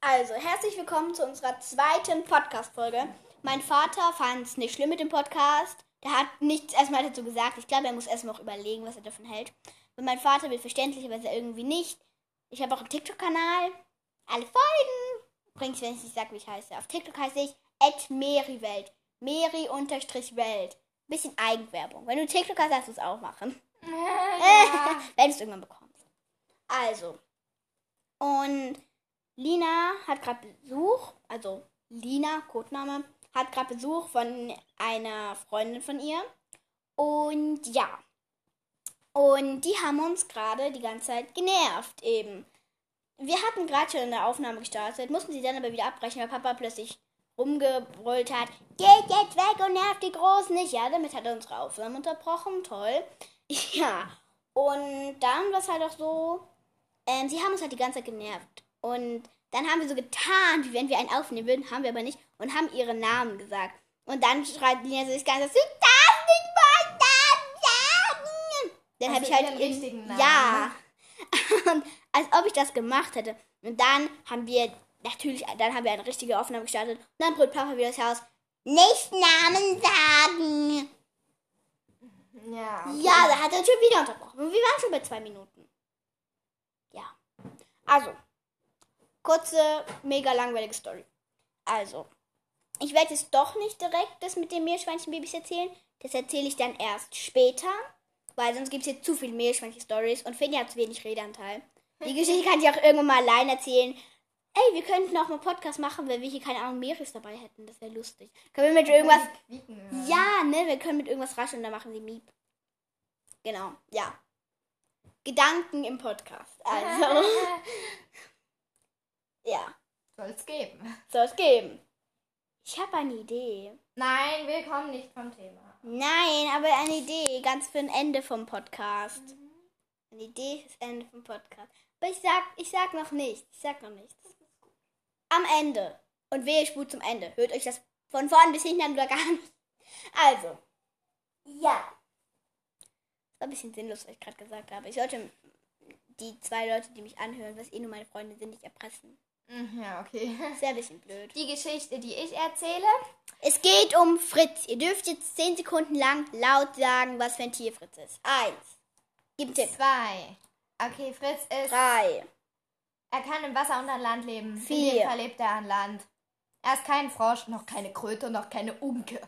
Also, herzlich willkommen zu unserer zweiten Podcast-Folge. Mein Vater fand es nicht schlimm mit dem Podcast. Der hat nichts erstmal dazu gesagt. Ich glaube, er muss erstmal auch überlegen, was er davon hält. Und mein Vater will verständlicherweise irgendwie nicht. Ich habe auch einen TikTok-Kanal. Alle Folgen. Übrigens, wenn ich nicht sage, wie ich heiße. Auf TikTok heiße ich @meriwelt. Meri-Welt. Bisschen Eigenwerbung. Wenn du TikTok hast, darfst du es auch machen. Ja. wenn du es irgendwann bekommst. Also. Und Lina hat gerade Besuch, also Lina, Codename, hat gerade Besuch von einer Freundin von ihr. Und ja. Und die haben uns gerade die ganze Zeit genervt eben. Wir hatten gerade schon eine Aufnahme gestartet, mussten sie dann aber wieder abbrechen, weil Papa plötzlich rumgebrüllt hat. Geht jetzt weg und nervt die Großen nicht. Ja, damit hat er unsere Aufnahme unterbrochen. Toll. Ja. Und dann war es halt auch so, ähm, sie haben uns halt die ganze Zeit genervt. Und dann haben wir so getan, wie wenn wir einen aufnehmen würden, haben wir aber nicht, und haben ihren Namen gesagt. Und dann schreit Lina so das ganze Zeit, du darfst nicht meinen Namen sagen! Dann Also habe ich halt ihren ihren- richtigen Namen, Ja. Und als ob ich das gemacht hätte. Und dann haben wir, natürlich, dann haben wir eine richtige Aufnahme gestartet. Und dann brüllt Papa wieder ins Haus, nicht Namen sagen! Ja. Ah, okay. Ja, da hat er schon wieder unterbrochen. Und wir waren schon bei zwei Minuten. Ja. Also, kurze, mega langweilige Story. Also, ich werde jetzt doch nicht direkt das mit den Meerschweinchenbabys erzählen. Das erzähle ich dann erst später. Weil sonst gibt es hier zu viele Meerschweinchen-Stories und Finja hat zu wenig Redeanteil. Die Geschichte kann ich auch irgendwann mal allein erzählen. Ey, wir könnten auch mal Podcast machen, wenn wir hier keine Ahnung Meeres dabei hätten. Das wäre lustig. Können wir mit irgendwas Die quieken hören. ja, ne, wir können mit irgendwas rascheln, dann machen sie Miep. Genau, ja. Gedanken im Podcast. Also, ja, Soll's geben. soll es geben. Ich habe eine Idee. Nein, wir kommen nicht vom Thema. Nein, aber eine Idee, ganz für ein Ende vom Podcast. Eine Idee fürs Ende vom Podcast. Aber ich sag, ich sag noch nichts. Ich sag noch nichts. Am Ende. Und wehe sput zum Ende. Hört euch das von vorn bis hinten an oder gar nicht. Also. Ja. Das war ein bisschen sinnlos, was ich gerade gesagt habe. Ich sollte die zwei Leute, die mich anhören, was eh nur meine Freunde sind, nicht erpressen. Mhm, Ja, okay. Das wäre ein bisschen blöd. Die Geschichte, die ich erzähle, Es geht um Fritz. Ihr dürft jetzt 10 Sekunden lang laut sagen, was für ein Tier Fritz ist. Eins. Gib einen Tipp. zwei. Okay, Fritz ist. Drei. Er kann im Wasser und an Land leben. Vier. In dem Fall lebt er an Land. Er ist kein Frosch, noch keine Kröte, noch keine Unke.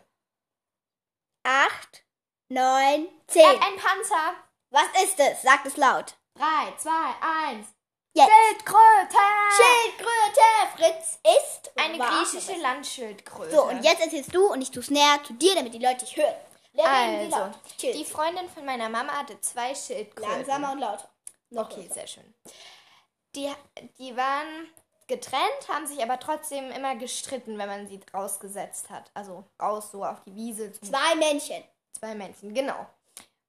Acht. Neun. Er Zehn. hat einen Panzer. Was ist es? Sagt es laut. Drei, zwei, eins. Jetzt. Schildkröte! Schildkröte. Fritz ist Eine war- griechische Landschildkröte. So, und jetzt erzählst du und ich tu's näher zu dir, damit die Leute dich hören. Lernen Also, Sie laut. die Die Freundin von meiner Mama hatte zwei Schildkröten. Langsamer und lauter. Noch Okay, lauter. sehr schön. Die, die waren getrennt, haben sich aber trotzdem immer gestritten, wenn man sie rausgesetzt hat. Also raus so auf die Wiese zu Zwei Männchen. zwei Männchen, genau.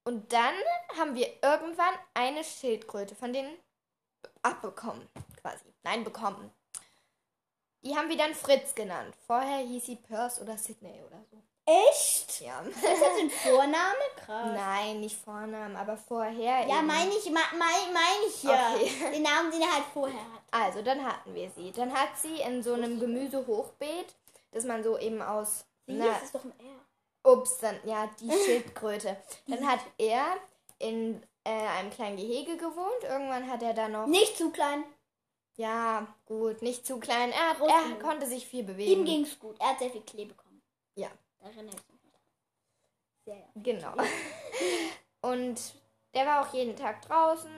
Und dann haben wir irgendwann eine Schildkröte von denen abbekommen, quasi. Nein, bekommen. Die haben wir dann Fritz genannt. Vorher hieß sie Purse oder Sydney oder so. Echt? Ja. Ist das ein Vorname? Krass. Nein, nicht Vornamen, aber vorher. Ja, eben. meine ich, meine mein, mein ich ja. Okay. Den Namen, den er halt vorher hat. Also, dann hatten wir sie. Dann hat sie in so einem Gemüsehochbeet, das man so eben aus. Wie einer- hieß es doch im R? Ups, dann, ja, die Schildkröte. Dann hat er in äh, einem kleinen Gehege gewohnt. Irgendwann hat er dann noch. Nicht zu klein. Ja, gut, nicht zu klein. Er, Groß er genug. konnte sich viel bewegen. Ihm ging's gut. Er hat sehr viel Klee bekommen. Ja. Da erinnere ich mich. noch. Sehr, ja. Genau. Und der war auch jeden Tag draußen.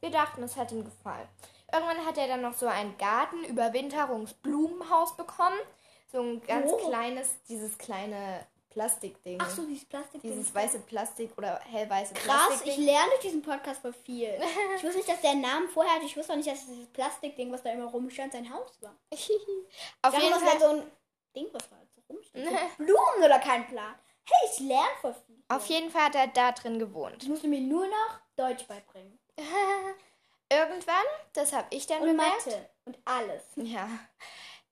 Wir dachten, es hat ihm gefallen. Irgendwann hat er dann noch so ein Gartenüberwinterungsblumenhaus bekommen. So ein ganz Oh. kleines, dieses kleine Plastikding. Ach so, dieses Plastik. Dieses weiße Plastik oder hellweiße Krass, ich Plastikding. lerne durch diesen Podcast voll viel. Ich wusste nicht, dass der Namen vorher hatte. Ich wusste auch nicht, dass dieses Plastikding, was da immer rumstand, sein Haus war. Auf Da jeden muss halt Fall, so ein Ding, was da so rumsteht. So Blumen oder kein Plan. Hey, ich lerne voll viel. auf jeden Fall hat er da drin gewohnt. Ich musste mir nur noch Deutsch beibringen. Irgendwann, das habe ich dann Und bemerkt. Mathe. Und alles. Ja.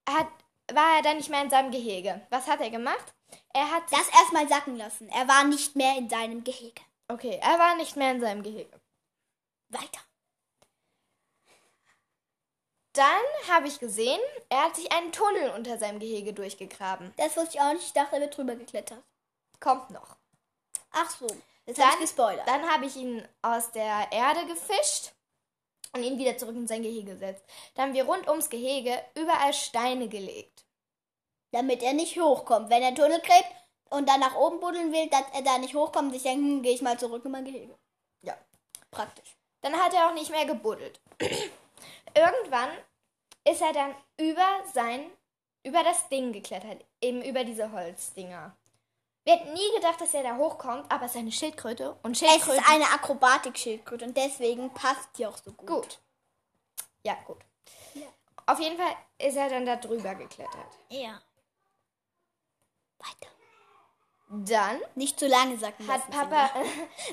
Hat, war er dann nicht mehr in seinem Gehege? Was hat er gemacht? Er hat. Das erstmal sacken lassen. Er war nicht mehr in seinem Gehege. Okay, er war nicht mehr in seinem Gehege. Weiter. Dann habe ich gesehen, er hat sich einen Tunnel unter seinem Gehege durchgegraben. Das wusste ich auch nicht. Ich dachte, er wird drüber geklettert. Kommt noch. Ach so. Jetzt Dann- habe ich gespoilert. Dann habe ich ihn aus der Erde gefischt und ihn wieder zurück in sein Gehege gesetzt. Dann haben wir rund ums Gehege überall Steine gelegt. damit er nicht hochkommt. Wenn er einen Tunnel gräbt und dann nach oben buddeln will, dass er da nicht hochkommt und sich denkt, hm, gehe ich mal zurück in mein Gehege. Ja. Praktisch. Dann hat er auch nicht mehr gebuddelt. Irgendwann ist er dann über sein, über das Ding geklettert, eben über diese Holzdinger. Wir hätten nie gedacht, dass er da hochkommt, aber es ist eine Schildkröte und Es Schildkröten. ist eine Akrobatik-Schildkröte und deswegen passt die auch so gut. Gut. Ja, gut. Auf jeden Fall ist er dann da drüber geklettert. Ja. Weiter. Dann Nicht zu lange, sagt man. hat Papa,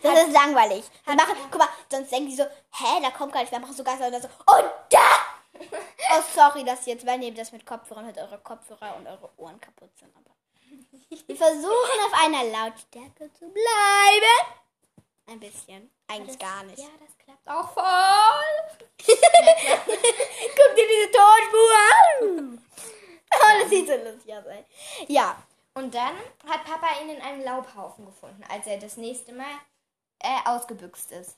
Das ist langweilig. Wir machen, guck mal, sonst denken die so, hä, da kommt gar nichts. Wir machen sogar so, und dann so, und da! Oh, sorry, dass ihr jetzt, weil nehmt das mit Kopfhörern, hört eure Kopfhörer und eure Ohren kaputt sind. Aber wir versuchen auf einer Lautstärke zu bleiben. Ein bisschen. Eigentlich gar nicht. Ja, das klappt auch voll. Guck dir diese Tonspur an! Oh, das sieht so lustig aus, ey. Ja, Und dann hat Papa ihn in einem Laubhaufen gefunden, als er das nächste Mal äh, ausgebüxt ist.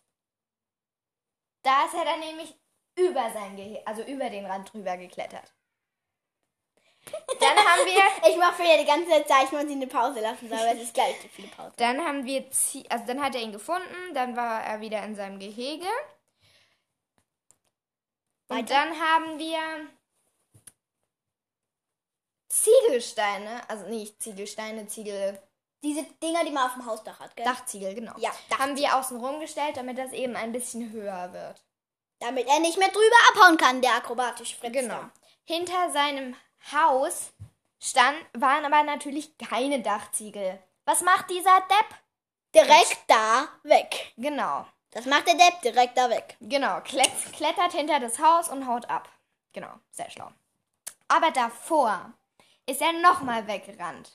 Da ist er dann nämlich über sein Gehege, also über den Rand drüber geklettert. Dann haben wir ich mache für die ganze Zeit Zeichen, wenn sie eine Pause lassen soll, weil es ist gleich zu viel Pause. Dann haben wir, Zie- also dann hat er ihn gefunden, dann war er wieder in seinem Gehege. Und Weiter. dann haben wir Ziegelsteine, also nicht Ziegelsteine, Ziegel, Diese Dinger, die man auf dem Hausdach hat, gell? Dachziegel, genau. Ja, Haben wir außen rum gestellt, damit das eben ein bisschen höher wird. Damit er nicht mehr drüber abhauen kann, der akrobatische Fritz. Genau. Hinter seinem Haus stand, waren aber natürlich keine Dachziegel. Was macht dieser Depp? Direkt da weg. Genau. Das macht der Depp direkt da weg. Genau, klet klettert hinter das Haus und haut ab. Genau, sehr schlau. Aber davor ist er nochmal weggerannt.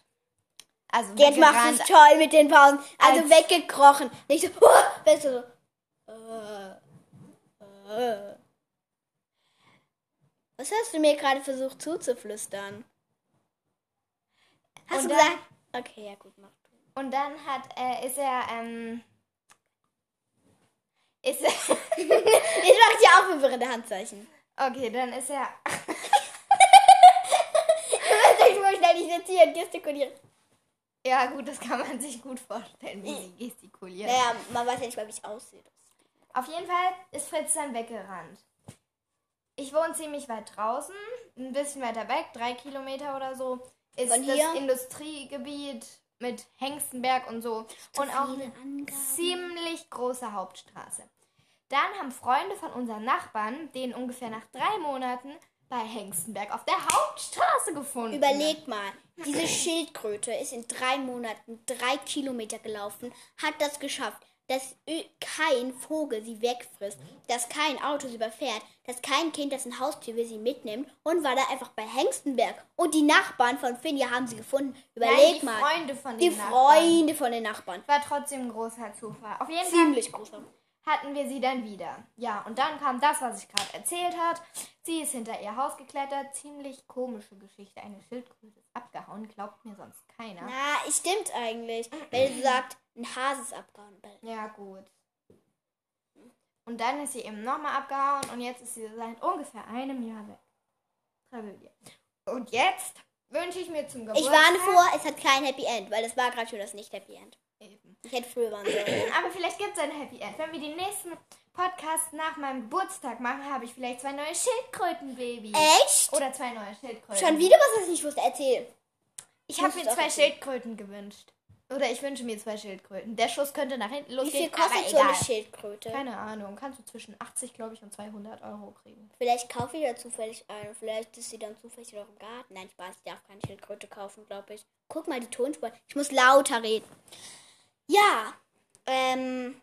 Also Jetzt macht weggerannt. es toll mit den Pausen. Also Als- weggekrochen. Nicht so, huh, bist du so. äh, äh. Was hast du mir gerade versucht zuzuflüstern? Hast Und du dann- gesagt? Okay, ja gut, mach du. Und dann hat, äh, ist er, ähm, ist er, Ich mach dir auch verwirrende Handzeichen. okay, dann ist er, Sag ich mal schnell, ich sitze hier und gestikuliere. ja gut, das kann man sich gut vorstellen, wie sie gestikuliert. Naja, man weiß ja nicht mal, wie ich aussehe. Auf jeden Fall ist Fritz dann weggerannt. Ich wohne ziemlich weit draußen, ein bisschen weiter weg, drei Kilometer oder so, ist Von das hier? Industriegebiet mit Hengstenberg und so. Und auch eine ziemlich große Hauptstraße. Dann haben Freunde von unseren Nachbarn den ungefähr nach drei Monaten bei Hengstenberg auf der Hauptstraße gefunden. Überleg mal, diese Schildkröte ist in drei Monaten drei Kilometer gelaufen, hat das geschafft, dass ü- kein Vogel sie wegfrisst, dass kein Auto sie überfährt, dass kein Kind, das ein Haustier will, sie mitnimmt und war da einfach bei Hengstenberg. Und die Nachbarn von Finja haben sie gefunden. Nein, Überleg die mal, Freunde von die den Nachbarn. Freunde von den Nachbarn. War trotzdem ein großer Zufall. Auf jeden Fall Ziemlich großer. hatten wir sie dann wieder. Ja, und dann kam das, was ich gerade erzählt hat. Sie ist hinter ihr Haus geklettert. Ziemlich komische Geschichte. Eine Schildkröte ist abgehauen. Glaubt mir sonst keiner. Na, es stimmt eigentlich. Wenn du sagst, ein Hase ist abgehauen. Ja, gut. Und dann ist sie eben nochmal abgehauen und jetzt ist sie seit ungefähr einem Jahr weg. Tragödie. Und jetzt wünsche ich mir zum Ich Geburtstag. warne vor, es hat kein Happy End, weil es war gerade schon das Nicht-Happy End. Eben. Ich hätte früher waren sollen. Aber vielleicht gibt es ein Happy End. Wenn wir den nächsten Podcast nach meinem Geburtstag machen, habe ich vielleicht zwei neue Schildkrötenbabys. Echt? Oder zwei neue Schildkröten. Schon wieder was, was ich nicht wusste. Erzähl. Ich habe Muss mir doch zwei erzählen. Schildkröten gewünscht. Oder ich wünsche mir zwei Schildkröten. Der Schuss könnte nach hinten Wie viel losgehen. kostet aber so eine egal. Schildkröte? Keine Ahnung. Kannst du zwischen 80, glaube ich, und 200 Euro kriegen. Vielleicht kaufe ich da zufällig eine. Vielleicht ist sie dann zufällig noch im Garten. Nein, Spaß. Ich darf keine Schildkröte kaufen, glaube ich. Guck mal, die Tonspur. Ich muss lauter reden. Ja. Ähm.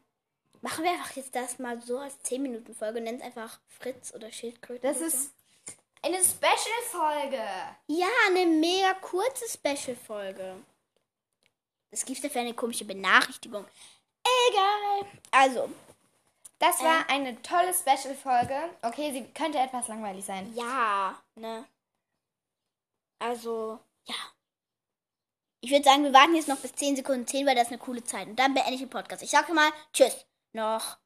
Machen wir einfach jetzt das mal so als 10-Minuten-Folge. Nenn es einfach Fritz oder Schildkröte. Das oder so. ist eine Special-Folge. Ja, eine mega kurze Special-Folge. Es gibt dafür eine komische Benachrichtigung. Egal. Also, Das war eine tolle Special-Folge. Okay, sie könnte etwas langweilig sein. Ja, ne? Also, ja. Ich würde sagen, wir warten jetzt noch bis 10 Sekunden 10, weil das ist eine coole Zeit. Und dann beende ich den Podcast. Ich sage mal, tschüss. Noch